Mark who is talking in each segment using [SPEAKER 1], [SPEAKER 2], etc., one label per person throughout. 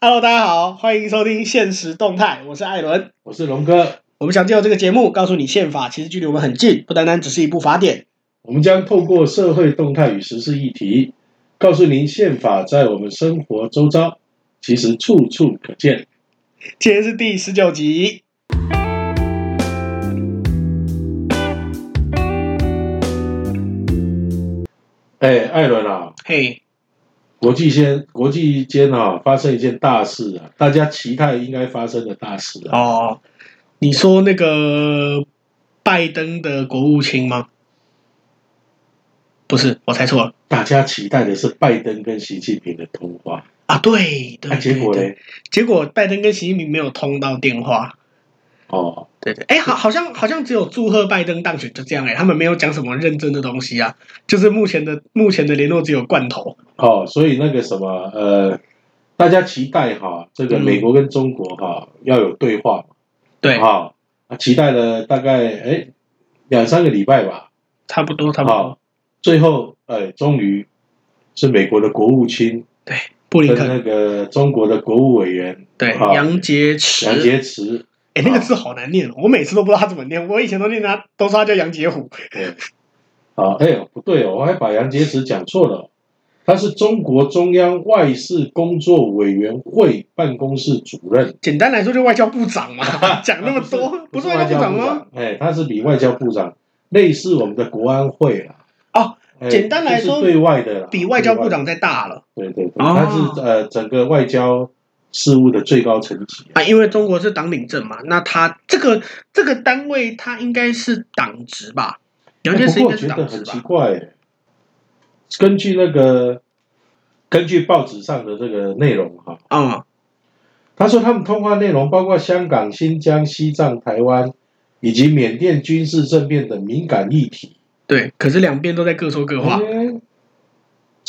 [SPEAKER 1] Hello，大家好，欢迎收听《现实动态》，我是艾伦。
[SPEAKER 2] 我是龙哥，
[SPEAKER 1] 我们想借由这个节目，告诉你宪法其实距离我们很近，不单单只是一部法典。
[SPEAKER 2] 我们将透过社会动态与时事议题，告诉您宪法在我们生活周遭其实处处可见。
[SPEAKER 1] 今天是第十九集。
[SPEAKER 2] 哎，艾伦啊，
[SPEAKER 1] 嘿，
[SPEAKER 2] 国际间国际间啊发生一件大事啊，大家期待应该发生的大事啊，
[SPEAKER 1] 哦，你说那个拜登的国务卿吗？不是，我猜错了
[SPEAKER 2] 大家期待的是拜登跟习近平的通话，
[SPEAKER 1] 啊！对对
[SPEAKER 2] 那、结果
[SPEAKER 1] 对
[SPEAKER 2] 呢
[SPEAKER 1] 对？结果拜登跟习近平没有通到电话。
[SPEAKER 2] 哦，
[SPEAKER 1] 对对，哎，好，好像好像只有祝贺拜登当选就这样哎，他们没有讲什么认真的东西啊，就是目前的目前的联络只有罐头。
[SPEAKER 2] 哦，所以那个什么，呃，大家期待哈，这个
[SPEAKER 1] 嗯
[SPEAKER 2] 美国跟中国哈、要有对话嘛，
[SPEAKER 1] 对，
[SPEAKER 2] 哈、啊，期待了大概哎两三个礼拜吧，
[SPEAKER 1] 差不多差不多
[SPEAKER 2] 好。，最后哎终于是美国的国务卿
[SPEAKER 1] 对，布林
[SPEAKER 2] 跟
[SPEAKER 1] 肯，
[SPEAKER 2] 那个中国的国务委员
[SPEAKER 1] 对，
[SPEAKER 2] 好
[SPEAKER 1] 杨洁篪，
[SPEAKER 2] 杨洁篪，
[SPEAKER 1] 哎，那个字好难念，哦，我每次都不知道他怎么念，我以前都念他，都说他叫杨洁虎。
[SPEAKER 2] 对，好，哎不对哦，我还把杨洁篪讲错了。他是中国中央外事工作委员会办公室主任，
[SPEAKER 1] 简单来说，就外交部长 嘛，讲那么多，不
[SPEAKER 2] 不
[SPEAKER 1] 是
[SPEAKER 2] 是外
[SPEAKER 1] 外
[SPEAKER 2] 交
[SPEAKER 1] 交
[SPEAKER 2] 部
[SPEAKER 1] 部长哦吗？？
[SPEAKER 2] 哎，他是比外交部长类似我们的国安会啦。
[SPEAKER 1] 哦
[SPEAKER 2] 哎，
[SPEAKER 1] 简单来说
[SPEAKER 2] 就是对外的啦
[SPEAKER 1] 比外交部，长再大了
[SPEAKER 2] 对外对对对，
[SPEAKER 1] 哦
[SPEAKER 2] 他是呃整个外交事务的最高层级啊。
[SPEAKER 1] 啊，因为中国是党领政嘛，那他这个这个单位，他应该是党职吧？杨洁
[SPEAKER 2] 哎
[SPEAKER 1] 篪
[SPEAKER 2] 不
[SPEAKER 1] 应
[SPEAKER 2] 过
[SPEAKER 1] 该
[SPEAKER 2] 我
[SPEAKER 1] 是
[SPEAKER 2] 觉
[SPEAKER 1] 党
[SPEAKER 2] 得
[SPEAKER 1] 职
[SPEAKER 2] 很
[SPEAKER 1] 吧
[SPEAKER 2] 奇？怪耶，根据那个根据报纸上的这个内容哈，
[SPEAKER 1] 嗯，
[SPEAKER 2] 他说他们通话内容包括香港、新疆、西藏、台湾以及缅甸军事政变等敏感议题。
[SPEAKER 1] 对，可是两边都在各说各话。
[SPEAKER 2] 哎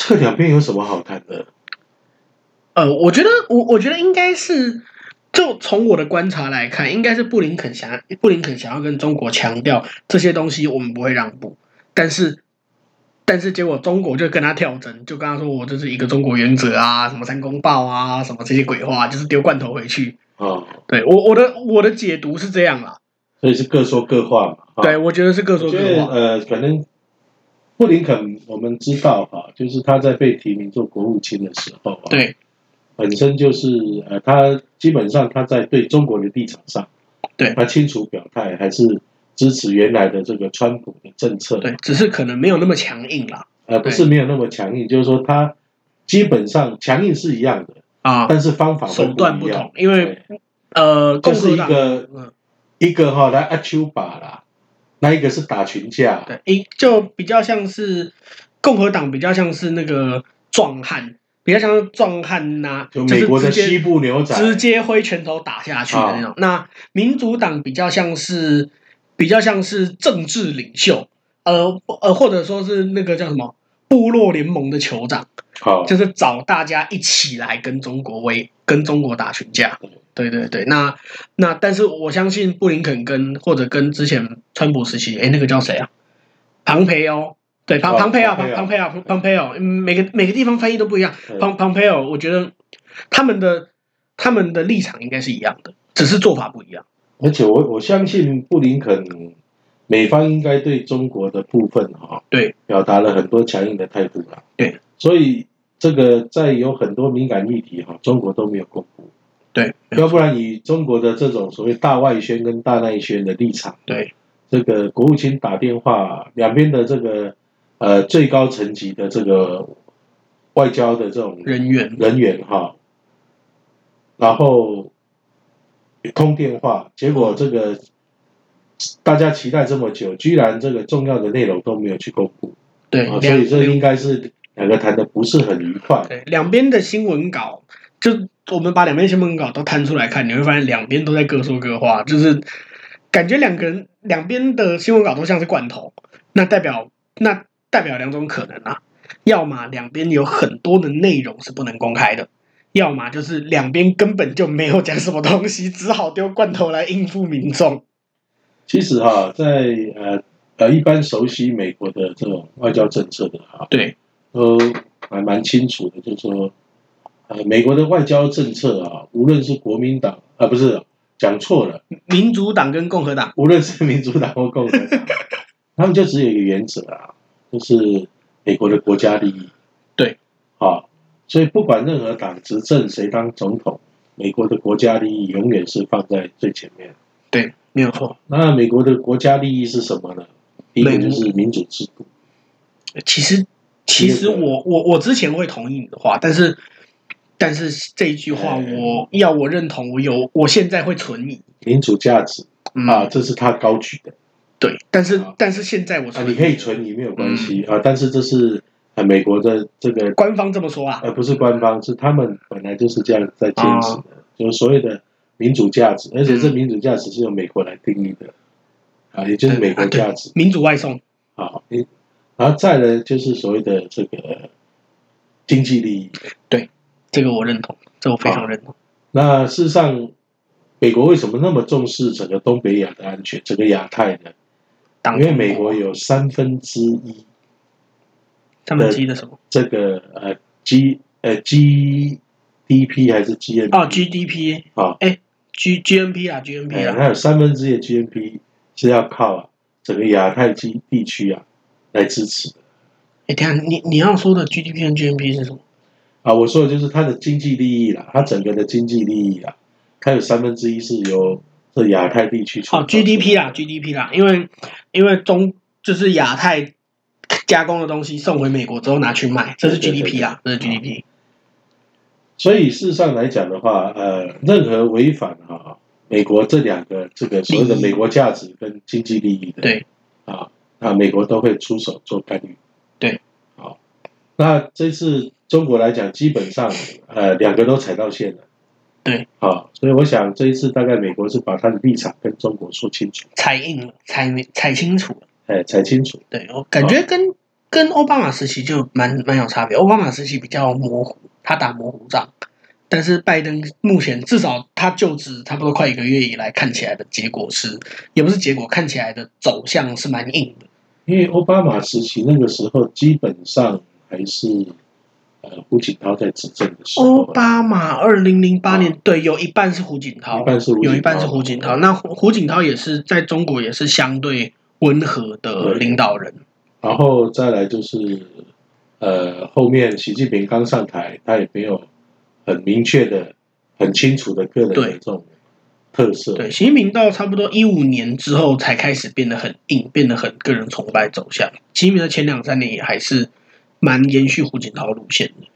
[SPEAKER 2] 这两边有什么好谈的？
[SPEAKER 1] 呃，我觉得我我觉得应该是，就从我的观察来看，应该是布林肯想布林肯想要跟中国强调这些东西我们不会让步，但是但是结果中国就跟他跳针，就跟他说我这是一个中国原则啊，什么三公报啊，什么这些鬼话，就是丢罐头回去。
[SPEAKER 2] 哦，
[SPEAKER 1] 对我我的我的解读是这样啦，
[SPEAKER 2] 所以是各说各话嘛。啊哈
[SPEAKER 1] 对，我觉得是各
[SPEAKER 2] 我
[SPEAKER 1] 说
[SPEAKER 2] 觉
[SPEAKER 1] 各
[SPEAKER 2] 得
[SPEAKER 1] 话。
[SPEAKER 2] 呃，可能布林肯我们知道哈，就是他在被提名做国务卿的时候啊，，
[SPEAKER 1] 对
[SPEAKER 2] 本身就是呃，他基本上他在对中国的立场上，
[SPEAKER 1] 对
[SPEAKER 2] 他清楚表态还是支持原来的这个川普的政策，
[SPEAKER 1] 对，只是可能没有那么强硬啦。
[SPEAKER 2] 呃，不是没有那么强硬，就是说他基本上强硬是一样的，
[SPEAKER 1] 啊，
[SPEAKER 2] 但是方法会
[SPEAKER 1] 手段
[SPEAKER 2] 不
[SPEAKER 1] 不
[SPEAKER 2] 一样
[SPEAKER 1] 同，，因为呃，
[SPEAKER 2] 就
[SPEAKER 1] 共
[SPEAKER 2] 是
[SPEAKER 1] 和
[SPEAKER 2] 一
[SPEAKER 1] 党
[SPEAKER 2] 个
[SPEAKER 1] 嗯
[SPEAKER 2] 一个哈来阿丘巴啦，那一个是打群架，
[SPEAKER 1] 对，一就比较像是共和党，比较像是那个壮汉，比较像是壮汉呐、
[SPEAKER 2] 就美国的
[SPEAKER 1] 就是直
[SPEAKER 2] 西
[SPEAKER 1] 接
[SPEAKER 2] 部牛仔，啊
[SPEAKER 1] 直接挥拳头打下去的那种。那民主党比较像是比较像是政治领袖，呃呃，或者说是那个叫什么部落联盟的酋长，
[SPEAKER 2] 好，
[SPEAKER 1] 就是找大家一起来跟中国威跟中国打群架。对对对，那那但是我相信布林肯跟或者跟之前川普时期，哎，那个叫谁啊？庞培欧，对，庞
[SPEAKER 2] 哦
[SPEAKER 1] 庞培奥，啊庞庞
[SPEAKER 2] 庞
[SPEAKER 1] 培
[SPEAKER 2] 培
[SPEAKER 1] 奥，庞培奥，嗯每个每个地方翻译都不一样。
[SPEAKER 2] 对
[SPEAKER 1] 庞庞培奥，我觉得他们的他们的立场应该是一样的，只是做法不一样。
[SPEAKER 2] 而且我我相信布林肯，美方应该对中国的部分哈、
[SPEAKER 1] 对，
[SPEAKER 2] 表达了很多强硬的态度啦。
[SPEAKER 1] 对，
[SPEAKER 2] 所以这个在有很多敏感议题哈、中国都没有公布，
[SPEAKER 1] 对，
[SPEAKER 2] 要不然以中国的这种所谓大外宣跟大内宣的立场，
[SPEAKER 1] 对，
[SPEAKER 2] 这个国务卿打电话，两边的这个呃最高层级的这个外交的这种
[SPEAKER 1] 人员
[SPEAKER 2] 人员哈，然后通电话，结果这个大家期待这么久，居然这个重要的内容都没有去公布，
[SPEAKER 1] 对
[SPEAKER 2] 啊，所
[SPEAKER 1] 两
[SPEAKER 2] 以这应该是两个谈的不是很愉快。
[SPEAKER 1] 对两边的新闻稿，就我们把两边新闻稿都摊出来看，你会发现两边都在各说各话，就是感觉两个人两边的新闻稿都像是罐头，那代表那代表两种可能啊，要么两边有很多的内容是不能公开的。要么就是两边根本就没有讲什么东西，只好丢罐头来应付民众。
[SPEAKER 2] 其实哈，在呃呃一般熟悉美国的这种外交政策的哈，
[SPEAKER 1] 对，
[SPEAKER 2] 都还蛮清楚的，就是说呃，美国的外交政策啊，无论是国民党啊，不是讲错了，
[SPEAKER 1] 民主党跟共和党，
[SPEAKER 2] 无论是民主党或共和 党，他们就只有一个原则啊，就是美国的国家利益。
[SPEAKER 1] 对，
[SPEAKER 2] 啊，所以不管任何党执政谁当总统，美国的国家利益永远是放在最前面。
[SPEAKER 1] 对，没有错。
[SPEAKER 2] 那美国的国家利益是什么呢？第一个
[SPEAKER 1] 美
[SPEAKER 2] 就
[SPEAKER 1] 国
[SPEAKER 2] 是民主制度。
[SPEAKER 1] 其实，其实
[SPEAKER 2] 第二个
[SPEAKER 1] 我我我之前会同意你的话，但是但是这一句话
[SPEAKER 2] 嗯
[SPEAKER 1] 我要我认同，我有我现在会存疑
[SPEAKER 2] 民主价值啊，
[SPEAKER 1] 嗯，
[SPEAKER 2] 这是他高举的
[SPEAKER 1] 对，但是
[SPEAKER 2] 啊
[SPEAKER 1] 但是现在我
[SPEAKER 2] 啊，
[SPEAKER 1] 存疑
[SPEAKER 2] 你可以存疑没有关系
[SPEAKER 1] 嗯
[SPEAKER 2] 啊，但是这是呃美国的这个
[SPEAKER 1] 官方这么说啊，
[SPEAKER 2] 呃不是官方，是他们本来就是这样在坚持的，就是所谓的民主价值，而且这民主价值是由美国来定义的啊，也就是美国价值
[SPEAKER 1] 民主外送，
[SPEAKER 2] 啊，你然后再呢就是所谓的这个经济利益，
[SPEAKER 1] 这个我认同，这我非
[SPEAKER 2] 啊
[SPEAKER 1] 常认同。
[SPEAKER 2] 那事实上。美国为什么那么重视整个东北亚的安全，整个亚太呢？
[SPEAKER 1] 党
[SPEAKER 2] 因为美国有三分之一
[SPEAKER 1] 他们积的什么？
[SPEAKER 2] 这个呃 G 呃 GDP 还是 GNP
[SPEAKER 1] 哦，GDP，
[SPEAKER 2] 啊，
[SPEAKER 1] 哎，G GNP 啊，GNP
[SPEAKER 2] 哎，
[SPEAKER 1] 啊，
[SPEAKER 2] 它有三分之一的 GNP 是要靠啊整个亚太基地区啊来支持的
[SPEAKER 1] 哎，等一下你你要说的 GDP 跟 GNP 是什么？
[SPEAKER 2] 啊。我说的就是它的经济利益啦，它整个的经济利益啊，它有三分之一是由这亚太地区出
[SPEAKER 1] 哦，GDP 啦，GDP 啦，因为因为中就是亚太加工的东西送回美国之后拿去卖，这是
[SPEAKER 2] 对对对
[SPEAKER 1] GDP 啦，这是哦 GDP。
[SPEAKER 2] 所以事实上来讲的话，呃，任何违反啊美国这两个这个所谓的
[SPEAKER 1] 利益
[SPEAKER 2] 美国价值跟经济利益的，
[SPEAKER 1] 对
[SPEAKER 2] 啊，那美国都会出手做干预。啊
[SPEAKER 1] 对，
[SPEAKER 2] 好，那这次中国来讲，基本上呃两个都踩到线了。
[SPEAKER 1] 对，
[SPEAKER 2] 好，所以我想这一次大概美国是把他的立场跟中国说清楚，
[SPEAKER 1] 踩硬了，踩没踩清楚了。
[SPEAKER 2] 哎，踩清楚。
[SPEAKER 1] 对我感觉跟、跟奥巴马时期就蛮蛮有差别，奥巴马时期比较模糊，他打模糊仗。但是拜登目前至少他就职差不多快一个月以来，看起来的结果是，也不是结果，看起来的走向是蛮硬的。
[SPEAKER 2] 因为奥巴马时期那个时候，基本上还是呃胡锦涛在执政的时
[SPEAKER 1] 奥
[SPEAKER 2] 候啊，
[SPEAKER 1] 巴马二零零八年
[SPEAKER 2] 啊，
[SPEAKER 1] 对，有一半是胡锦涛，
[SPEAKER 2] 一半是胡锦涛
[SPEAKER 1] 有一半是胡锦涛。那胡胡锦涛也是在中国也是相对温和的领导人，
[SPEAKER 2] 然后再来就是，呃，后面习近平刚上台，他也没有很明确的、很清楚的个人的
[SPEAKER 1] 对
[SPEAKER 2] 这种特色。
[SPEAKER 1] 对，习近平到差不多一五年之后才开始变得很硬，变得很个人崇拜走向。习近平的前两三年也还是蛮延续胡锦涛路线的。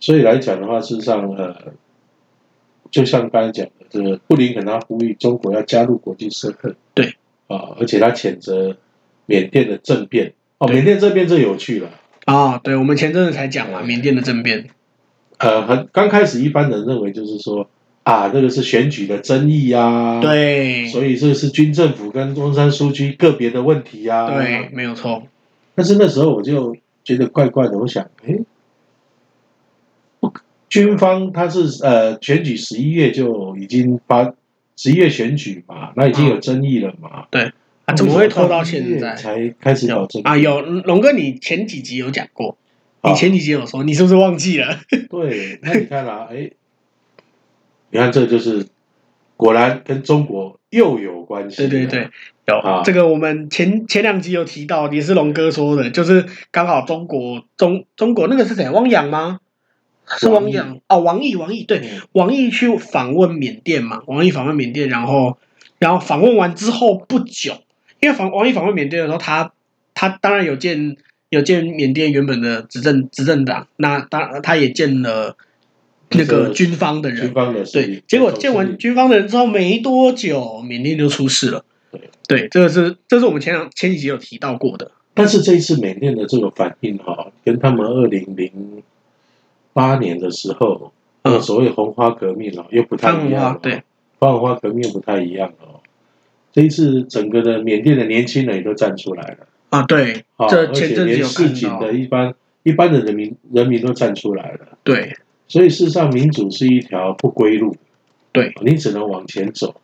[SPEAKER 2] 所以来讲的话，事实上，呃，就像刚才讲的，这个布林肯他呼吁中国要加入国际社会。
[SPEAKER 1] 对。
[SPEAKER 2] 啊，而且他谴责缅甸的政变。哦，
[SPEAKER 1] 对
[SPEAKER 2] 缅甸政变这有趣了。
[SPEAKER 1] 啊、对，我们前阵子才讲嘛，缅甸的政变，
[SPEAKER 2] 呃，很刚开始一般人认为就是说啊，这个是选举的争议啊。。
[SPEAKER 1] 对，
[SPEAKER 2] 所以这是军政府跟中山苏区个别的问题啊。
[SPEAKER 1] 对，。没有错，
[SPEAKER 2] 但是那时候我就觉得怪怪的，我想，哎，军方他是呃选举十一月就已经发十一月选举嘛，那已经有争议了嘛，
[SPEAKER 1] 嗯啊，怎么会拖到
[SPEAKER 2] 为什
[SPEAKER 1] 现
[SPEAKER 2] 么1月
[SPEAKER 1] 在？
[SPEAKER 2] 才开始搞争议
[SPEAKER 1] 啊，有龙哥，你前几集有讲过，
[SPEAKER 2] 啊
[SPEAKER 1] 你前几集有说，你是不是忘记了？
[SPEAKER 2] 对，那你看啦、哎，你看这就是果然跟中国又有关系，
[SPEAKER 1] 对对对，，有、
[SPEAKER 2] 啊
[SPEAKER 1] 这个，我们前前两集有提到，也是龙哥说的，就是刚好中国中中国那个是谁？汪洋吗？是
[SPEAKER 2] 王
[SPEAKER 1] 汪
[SPEAKER 2] 毅
[SPEAKER 1] 洋哦，王毅，王毅，对，
[SPEAKER 2] 嗯
[SPEAKER 1] 王毅去访问缅甸嘛，王毅访问缅甸，然后然后访问完之后不久，因为访王毅访问缅甸的时候，他他当然有见有见缅甸原本的执政执政党，那当他也见了那
[SPEAKER 2] 那
[SPEAKER 1] 个
[SPEAKER 2] 个
[SPEAKER 1] 军方的
[SPEAKER 2] 军
[SPEAKER 1] 人，
[SPEAKER 2] 方的势力
[SPEAKER 1] 对，结果见
[SPEAKER 2] 总
[SPEAKER 1] 完
[SPEAKER 2] 之
[SPEAKER 1] 军方的人之后没多久，缅甸就出事了
[SPEAKER 2] 对。
[SPEAKER 1] 对，这个是这是我们前两前几集有提到过的，
[SPEAKER 2] 但是这一次缅甸的这个反应哈、跟他们二零零八年的时候，
[SPEAKER 1] 嗯
[SPEAKER 2] 所谓红花革命哦，又不太
[SPEAKER 1] 番
[SPEAKER 2] 一样、
[SPEAKER 1] 红
[SPEAKER 2] 哦
[SPEAKER 1] 花。对，
[SPEAKER 2] 番红花革命又不太一样哦。这一次整个的缅甸的年轻人也都站出来了，
[SPEAKER 1] 啊，对，
[SPEAKER 2] 啊，
[SPEAKER 1] 这
[SPEAKER 2] 而
[SPEAKER 1] 前
[SPEAKER 2] 且
[SPEAKER 1] 阵子
[SPEAKER 2] 连
[SPEAKER 1] 有
[SPEAKER 2] 市
[SPEAKER 1] 看
[SPEAKER 2] 井
[SPEAKER 1] 到
[SPEAKER 2] 的，一般一般的人民人民都站出来了。
[SPEAKER 1] 对
[SPEAKER 2] 所以事实上，民主是一条不归路，啊
[SPEAKER 1] 对
[SPEAKER 2] 你只能往前走，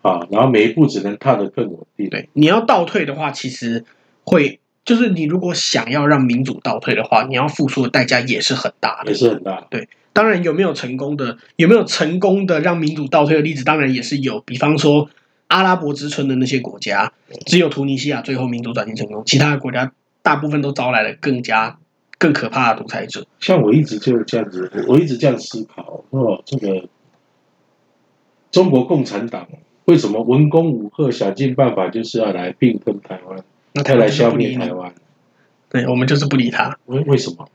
[SPEAKER 2] 啊，然后每一步只能踏得更稳定。
[SPEAKER 1] 对，你要倒退的话，其实会就是你如果想要让民主倒退的话，你要付出的代价也是很大
[SPEAKER 2] 也
[SPEAKER 1] 的。
[SPEAKER 2] 是很大。
[SPEAKER 1] 当然有没有成功的，有没有成功的让民主倒退的例子，当然也是有。比方说阿拉伯之春的那些国家，只有突尼西亚最后民主转型成功，其他的国家大部分都招来了更加更可怕的独裁者。
[SPEAKER 2] 像我一直就是这样子，我一直这样思考哦，这个中国共产党为什么文攻武赫，想尽办法就是要来并吞台湾，
[SPEAKER 1] 那
[SPEAKER 2] 要
[SPEAKER 1] 台
[SPEAKER 2] 来
[SPEAKER 1] 湾就是
[SPEAKER 2] 消
[SPEAKER 1] 不
[SPEAKER 2] 灭
[SPEAKER 1] 理
[SPEAKER 2] 台
[SPEAKER 1] 你，
[SPEAKER 2] 湾？
[SPEAKER 1] 对我们就是不理他。
[SPEAKER 2] 为为什么？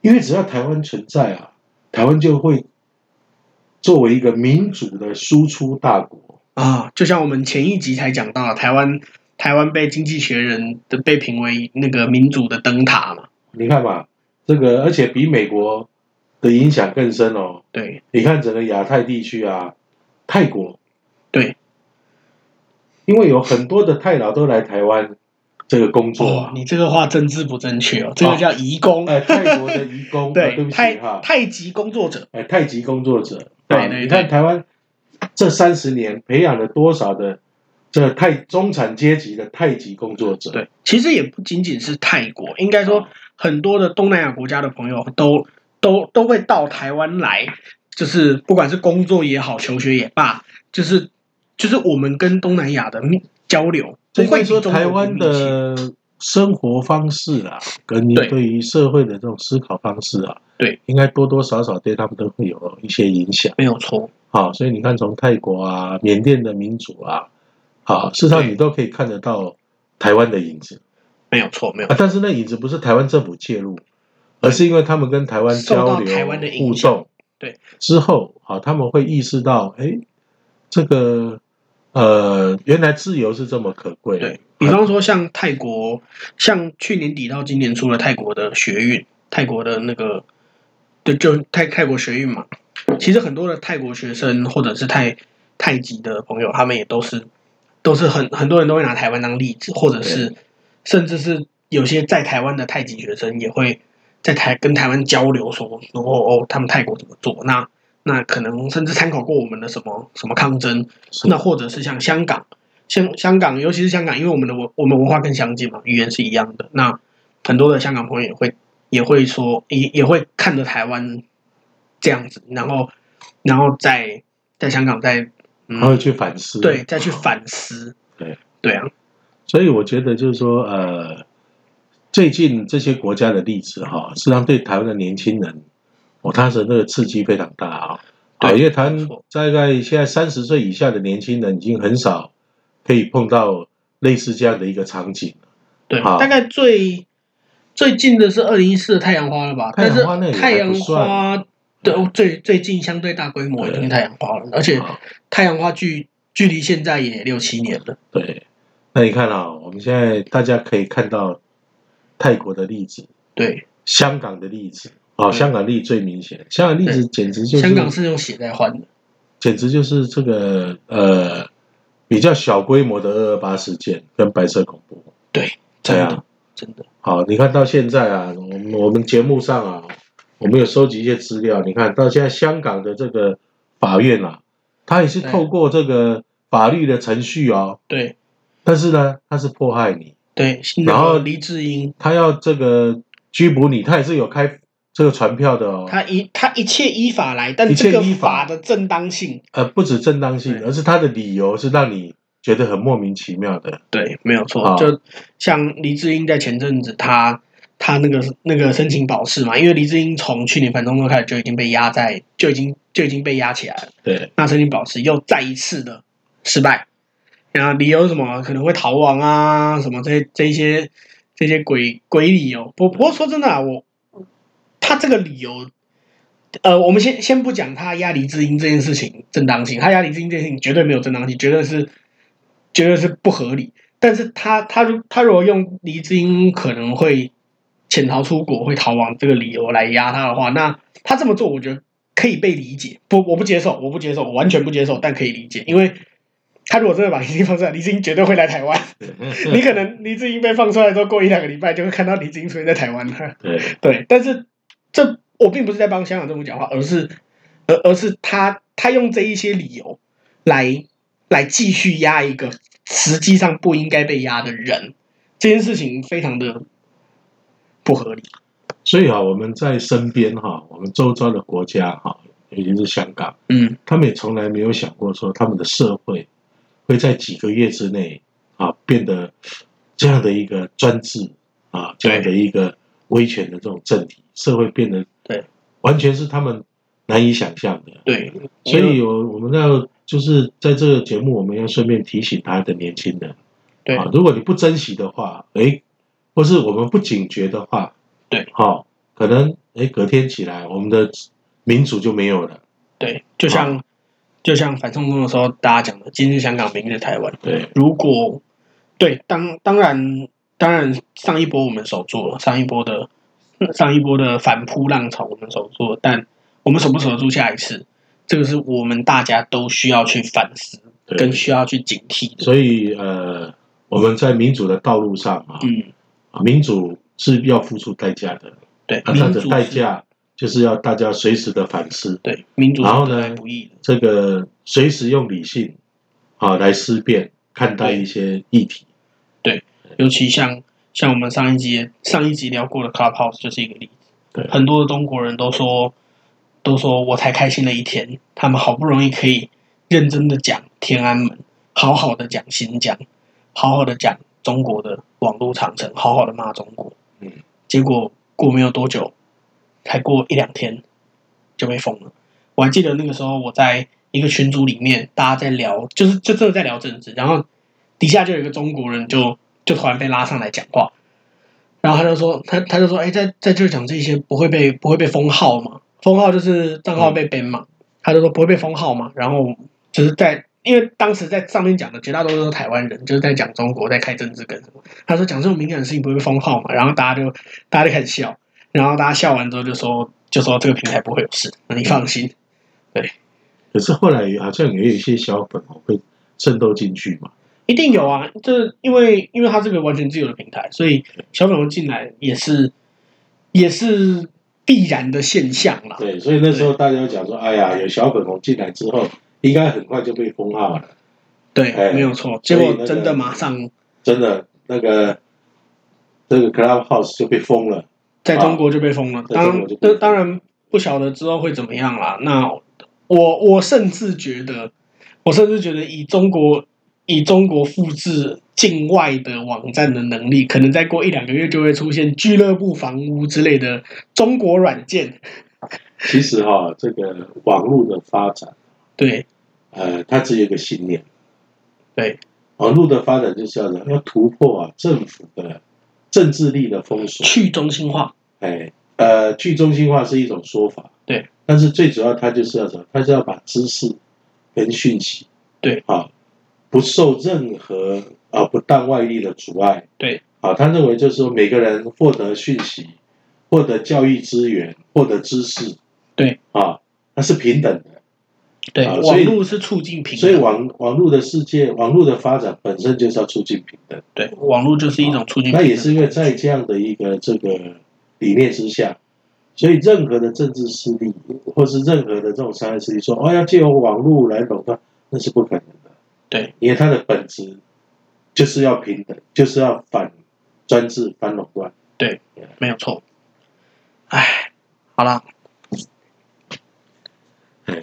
[SPEAKER 2] 因为只要台湾存在啊，台湾就会作为一个民主的输出大国，
[SPEAKER 1] 啊，就像我们前一集才讲到，台湾台湾被《经济学人》的被评为那个民主的灯塔嘛，
[SPEAKER 2] 你看嘛，这个而且比美国的影响更深哦。
[SPEAKER 1] 对
[SPEAKER 2] 你看整个亚太地区啊，泰国，
[SPEAKER 1] 对，
[SPEAKER 2] 因为有很多的泰佬都来台湾这个工作
[SPEAKER 1] 哦
[SPEAKER 2] 啊，，
[SPEAKER 1] 你这个话政治不正确哦，这个
[SPEAKER 2] 哦
[SPEAKER 1] 叫移工，
[SPEAKER 2] 哎，泰国的移工，啊对
[SPEAKER 1] 对
[SPEAKER 2] 不
[SPEAKER 1] 太
[SPEAKER 2] 起哈，
[SPEAKER 1] 太极工作者，
[SPEAKER 2] 哎，太极工作者，
[SPEAKER 1] 对
[SPEAKER 2] 啊
[SPEAKER 1] 对
[SPEAKER 2] 你看
[SPEAKER 1] 对
[SPEAKER 2] 台湾这三十年培养了多少的这太中产阶级的太极工作者？
[SPEAKER 1] 对，其实也不仅仅是泰国，应该
[SPEAKER 2] 哦
[SPEAKER 1] 说很多的东南亚国家的朋友都都都会到台湾来，就是不管是工作也好，求学也罢，就是就是我们跟东南亚的密交流，不
[SPEAKER 2] 所以
[SPEAKER 1] 会
[SPEAKER 2] 会
[SPEAKER 1] 比
[SPEAKER 2] 说
[SPEAKER 1] 中国
[SPEAKER 2] 台湾
[SPEAKER 1] 不密切
[SPEAKER 2] 的生活方式啊，跟你
[SPEAKER 1] 对
[SPEAKER 2] 对于社会的这种思考方式啊，
[SPEAKER 1] 对，
[SPEAKER 2] 应该多多少少对他们都会有一些影响。
[SPEAKER 1] 没有错，
[SPEAKER 2] 好，所以你看，从泰国啊、缅甸的民主啊，好，事实上
[SPEAKER 1] 对
[SPEAKER 2] 你都可以看得到台湾的影子
[SPEAKER 1] 没有错，没有错
[SPEAKER 2] 啊。但是那影子不是台湾政府介入，而是因为他们跟台湾
[SPEAKER 1] 受到
[SPEAKER 2] 交流、
[SPEAKER 1] 台湾的影
[SPEAKER 2] 互
[SPEAKER 1] 响
[SPEAKER 2] 动，
[SPEAKER 1] 对
[SPEAKER 2] 之后啊，他们会意识到，哎，这个呃，原来自由是这么可贵。
[SPEAKER 1] 对比方说，像泰国，像去年底到今年出了泰国的学运，泰国的那个，对，就泰泰国学运嘛。其实很多的泰国学生或者是泰泰籍的朋友，他们也都是都是很很多人都会拿台湾当例子，或者是甚至是有些在台湾的泰籍学生也会在台跟台湾交流说，说哦哦，他们泰国怎么做？那那可能甚至参考过我们的什么什么抗争，
[SPEAKER 2] 是
[SPEAKER 1] 那或者是像香港。香香港，尤其是香港，因为我们的文我们文化更相近嘛，语言是一样的。那很多的香港朋友也会也会说，也也会看着台湾这样子，然后然后在在香港再
[SPEAKER 2] 然后
[SPEAKER 1] 嗯
[SPEAKER 2] 去反思，
[SPEAKER 1] 对再去反思，
[SPEAKER 2] 对
[SPEAKER 1] 对啊，
[SPEAKER 2] 所以我觉得就是说，呃，最近这些国家的例子哈，实际上对台湾的年轻人，我当时那个刺激非常大啊。
[SPEAKER 1] 对
[SPEAKER 2] 啊，因为台
[SPEAKER 1] 没
[SPEAKER 2] 湾
[SPEAKER 1] 错
[SPEAKER 2] 大概现在三十岁以下的年轻人已经很少可以碰到类似这样的一个场景了。
[SPEAKER 1] 对，啊
[SPEAKER 2] 好
[SPEAKER 1] 大概最最近的是二零一四的太阳花了吧？
[SPEAKER 2] 太
[SPEAKER 1] 但
[SPEAKER 2] 阳
[SPEAKER 1] 是
[SPEAKER 2] 花那也
[SPEAKER 1] 太
[SPEAKER 2] 还
[SPEAKER 1] 阳
[SPEAKER 2] 不算
[SPEAKER 1] 花的哦最最近相对大规模已经是太阳花了，而且
[SPEAKER 2] 啊，
[SPEAKER 1] 太阳花距距离现在也六七年了，
[SPEAKER 2] 对，那你看啊，我们现在大家可以看到泰国的例子、
[SPEAKER 1] 对，
[SPEAKER 2] 香港的例子啊，
[SPEAKER 1] 对
[SPEAKER 2] 香港例子最明显，香港例子简直就是
[SPEAKER 1] 香港是用血在换的。
[SPEAKER 2] 简直就是这个呃比较小规模的二二八事件跟白色恐怖。
[SPEAKER 1] 对，
[SPEAKER 2] 对
[SPEAKER 1] 真
[SPEAKER 2] 啊
[SPEAKER 1] 的，真的，
[SPEAKER 2] 好，你看到现在啊，我们我们节目上啊，我们有收集一些资料，你看到现在香港的这个法院啊，它也是
[SPEAKER 1] 对
[SPEAKER 2] 透过这个法律的程序哦，
[SPEAKER 1] 对
[SPEAKER 2] 但是呢，它是迫害你，
[SPEAKER 1] 对。
[SPEAKER 2] 然
[SPEAKER 1] 那
[SPEAKER 2] 后
[SPEAKER 1] 个黎智英，
[SPEAKER 2] 它要这个拘捕你，它也是有开这个传票的哦。
[SPEAKER 1] 他一他一切依法来，但
[SPEAKER 2] 一切
[SPEAKER 1] 这个
[SPEAKER 2] 依法
[SPEAKER 1] 法的正当性，
[SPEAKER 2] 呃，不止正当性，
[SPEAKER 1] 对
[SPEAKER 2] 而是它的理由是让你觉得很莫名其妙的。
[SPEAKER 1] 对，没有错。
[SPEAKER 2] 啊
[SPEAKER 1] 就像黎智英在前阵子他。他那个那个申请保释嘛，因为黎智英从去年反动开始就已经被压在，就已经就已经被压起来了。
[SPEAKER 2] 对，
[SPEAKER 1] 那申请保释又再一次的失败，然后理由是什么可能会逃亡啊，什么这这一些这些鬼鬼理由。不不过说真的啊，我他这个理由，呃，我们先先不讲他压力之音这件事情正当性，他压力之音这件事情绝对没有正当性，绝对是绝对是不合理。但是他他如他如果用黎智英可能会潜逃出国、会逃亡这个理由来压他的话，那他这么做，我觉得可以被理解。不，我不接受，我不接受，我完全不接受，但可以理解，因为他如果真的把黎智英放出来，黎智英绝对会来台湾。你可能黎智英被放出来之后，过一两个礼拜就会看到黎智英出现在台湾了。
[SPEAKER 2] 对。
[SPEAKER 1] 对，但是这我并不是在帮香港政府讲话，而是而而是他他用这一些理由来来继续压一个实际上不应该被压的人，这件事情非常的不合理。
[SPEAKER 2] 所以啊，我们在身边哈、我们周遭的国家哈、尤其是香港，
[SPEAKER 1] 嗯
[SPEAKER 2] 他们也从来没有想过说他们的社会会在几个月之内啊变得这样的一个专制啊，这样的一个威权的这种政体，社会变得
[SPEAKER 1] 对，
[SPEAKER 2] 完全是他们难以想象的。
[SPEAKER 1] 对，
[SPEAKER 2] 所以有我们要就是在这个节目，我们要顺便提醒他的年轻人，
[SPEAKER 1] 对
[SPEAKER 2] 啊，如果你不珍惜的话，诶，或是我们不警觉的话，
[SPEAKER 1] 对，
[SPEAKER 2] 好、可能诶隔天起来，我们的民主就没有了。
[SPEAKER 1] 对，就像、
[SPEAKER 2] 哦
[SPEAKER 1] 就像反送中的时候，大家讲的，今日香港，明日台湾。
[SPEAKER 2] 对
[SPEAKER 1] 如果对，当当然当然，上一波我们守住了，上一波的上一波的反扑浪潮我们守住了，但我们守不守得住下一次，这个是我们大家都需要去反思
[SPEAKER 2] 对
[SPEAKER 1] 跟需要去警惕的。
[SPEAKER 2] 所以呃，我们在民主的道路上啊，
[SPEAKER 1] 嗯，
[SPEAKER 2] 民主是要付出代价的，
[SPEAKER 1] 对，
[SPEAKER 2] 啊，它
[SPEAKER 1] 民
[SPEAKER 2] 的
[SPEAKER 1] 主
[SPEAKER 2] 代
[SPEAKER 1] 是
[SPEAKER 2] 价就是要大家随时的反思，
[SPEAKER 1] 对民主是
[SPEAKER 2] 然后
[SPEAKER 1] 得
[SPEAKER 2] 呢
[SPEAKER 1] 来不易的，
[SPEAKER 2] 这个随时用理性啊来思辨看待一些议题。
[SPEAKER 1] 尤其像像我们上一集上一集聊过的 Clubhouse 就是一个例子。
[SPEAKER 2] 对
[SPEAKER 1] 很多的中国人都说，都说我才开心了一天，他们好不容易可以认真的讲天安门，好好的讲新疆，好好的讲中国的网络长城，好好的骂中国。
[SPEAKER 2] 嗯，
[SPEAKER 1] 结果过没有多久，才过一两天就被封了。我还记得那个时候我在一个群组里面，大家在聊，就是就真的在聊政治，然后底下就有一个中国人就就突然被拉上来讲话，然后他就说，他他就说，哎、在在这讲这些不会被不会被封号嘛？封号就是账号被 ban 嘛。他就说不会被封号嘛，然后就是在因为当时在上面讲的绝大多数都是台湾人，就是在讲中国在开政治梗什么。他说讲这种敏感的事情不会被封号嘛，然后大家就大家就开始笑，然后大家笑完之后就说就说这个平台不会有事，
[SPEAKER 2] 嗯
[SPEAKER 1] 你放心。
[SPEAKER 2] 可是后来好像也有一些小粉红会渗透进去嘛，
[SPEAKER 1] 一定有啊，这因为因为它是个完全自由的平台，所以小粉红进来也是也是必然的现象啦。
[SPEAKER 2] 对，所以那时候大家讲说，哎呀，有小粉红进来之后，应该很快就被封号了。
[SPEAKER 1] 对，
[SPEAKER 2] 哎
[SPEAKER 1] 没有错。
[SPEAKER 2] 所
[SPEAKER 1] 结
[SPEAKER 2] 以
[SPEAKER 1] 果
[SPEAKER 2] 那个
[SPEAKER 1] 真的马上
[SPEAKER 2] 真的，那个这个 Clubhouse 就被封了。
[SPEAKER 1] 在中国就被封了。
[SPEAKER 2] 啊在
[SPEAKER 1] 当
[SPEAKER 2] 中
[SPEAKER 1] 然
[SPEAKER 2] 国就，被
[SPEAKER 1] 这
[SPEAKER 2] 封
[SPEAKER 1] 当然不晓得之后会怎么样啦。那我我甚至觉得，我甚至觉得以中国以中国复制境外的网站的能力，可能再过一两个月就会出现俱乐部房屋之类的中国软件。
[SPEAKER 2] 其实哈、这个网络的发展，
[SPEAKER 1] 对
[SPEAKER 2] 呃，它只有一个信念，
[SPEAKER 1] 对
[SPEAKER 2] 网络的发展就是要要突破啊政府的政治力的封锁。
[SPEAKER 1] 去中心化，
[SPEAKER 2] 哎，呃，去中心化是一种说法，
[SPEAKER 1] 对，
[SPEAKER 2] 但是最主要它就是要什么？它是要把知识跟讯息，
[SPEAKER 1] 对，
[SPEAKER 2] 啊，不受任何啊不当外力的阻碍，
[SPEAKER 1] 对，
[SPEAKER 2] 啊，他认为就是说每个人获得讯息、获得教育资源、获得知识，
[SPEAKER 1] 对，
[SPEAKER 2] 啊，它是平等的，
[SPEAKER 1] 对、
[SPEAKER 2] 啊所
[SPEAKER 1] 网
[SPEAKER 2] 以
[SPEAKER 1] 络是促进平
[SPEAKER 2] 所以
[SPEAKER 1] 等，
[SPEAKER 2] 网网络的世界、网络的发展本身就是要促进平等。
[SPEAKER 1] 对网络就是一种促进平
[SPEAKER 2] 那
[SPEAKER 1] 等。
[SPEAKER 2] 也是因为在这样的一个这个理念之下，所以任何的政治势力或是任何的这种商业势力说哦要借由网络来垄断，那是不可能的。
[SPEAKER 1] 对，
[SPEAKER 2] 因为它的本质就是要平等，就是要反专制、反垄断。
[SPEAKER 1] 没有错。哎，好啦，
[SPEAKER 2] 对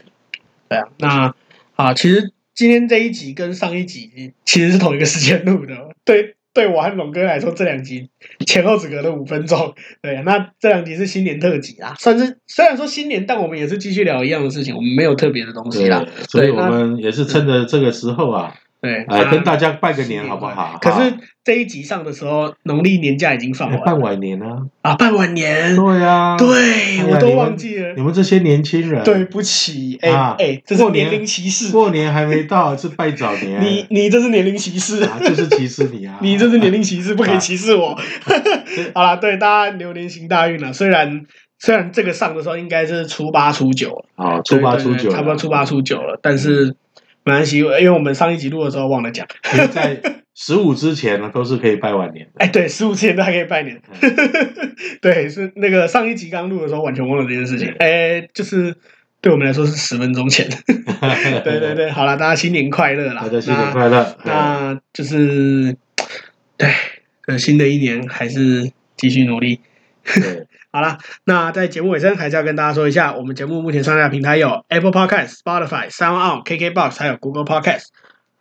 [SPEAKER 1] 对啊，那啊，其实今天这一集跟上一集其实是同一个时间录的，对，对我和龙哥来说，这两集前后只隔了五分钟，对啊、那这两集是新年特辑啦，啊算是虽然说新年，但我们也是继续聊一样的事情，我们没有特别的东西啦，
[SPEAKER 2] 所以
[SPEAKER 1] 啊对
[SPEAKER 2] 我
[SPEAKER 1] 那
[SPEAKER 2] 们也是趁着这个时候啊，
[SPEAKER 1] 对，
[SPEAKER 2] 呃，
[SPEAKER 1] 那
[SPEAKER 2] 跟大家拜个年好不好？
[SPEAKER 1] 嗯可是
[SPEAKER 2] 哈
[SPEAKER 1] 这一集上的时候，农历年假已经放
[SPEAKER 2] 哎
[SPEAKER 1] 完
[SPEAKER 2] 办
[SPEAKER 1] 了
[SPEAKER 2] 晚年啊，
[SPEAKER 1] 啊，办完年，
[SPEAKER 2] 对啊，
[SPEAKER 1] 对
[SPEAKER 2] 哎呀
[SPEAKER 1] 我
[SPEAKER 2] 你
[SPEAKER 1] 都
[SPEAKER 2] 们
[SPEAKER 1] 忘记了
[SPEAKER 2] 你。们这些年轻人，
[SPEAKER 1] 对，不起，哎、
[SPEAKER 2] 啊
[SPEAKER 1] 哎，这是
[SPEAKER 2] 过年
[SPEAKER 1] 年龄歧视，
[SPEAKER 2] 过年还没到是拜早年，
[SPEAKER 1] 你你这是年龄歧视，！
[SPEAKER 2] 啊，就是歧视你啊
[SPEAKER 1] 你这是年龄歧视，不可以歧视我。
[SPEAKER 2] 对
[SPEAKER 1] 好啦，对大家牛年行大运了。虽然虽然这个上的时候应该是初八初九了，
[SPEAKER 2] 好，初八
[SPEAKER 1] 对对
[SPEAKER 2] 初
[SPEAKER 1] 对
[SPEAKER 2] 九了，嗯
[SPEAKER 1] 差不多初八初九了，但是没关系，因为我们上一集录的时候忘了讲。
[SPEAKER 2] 其实在十五之前呢，都是可以拜晚年的。
[SPEAKER 1] 哎，对，十五之前都还可以拜年。
[SPEAKER 2] 嗯
[SPEAKER 1] 对，是那个上一集刚录的时候完全忘了这件事情。
[SPEAKER 2] 嗯
[SPEAKER 1] 哎，就是对我们来说是十分钟前。 对对，对，好了，大家新年快乐啦！
[SPEAKER 2] 大家新年
[SPEAKER 1] 那
[SPEAKER 2] 快乐！哎
[SPEAKER 1] 那就是，对，呃，新的一年还是继续努力。
[SPEAKER 2] 对，
[SPEAKER 1] 好啦，那在节目尾声还是要跟大家说一下，我们节目目前上架平台有 Apple Podcast、Spotify、Sound On、KKBox，还有 Google Podcast。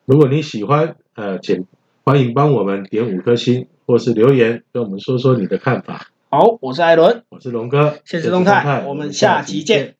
[SPEAKER 2] 如果你喜欢，呃，请欢迎帮我们点五颗星，或是留言跟我们说说你的看法。
[SPEAKER 1] 好，我是艾伦，
[SPEAKER 2] 我是龙哥，
[SPEAKER 1] 现实动态，我们下期见。。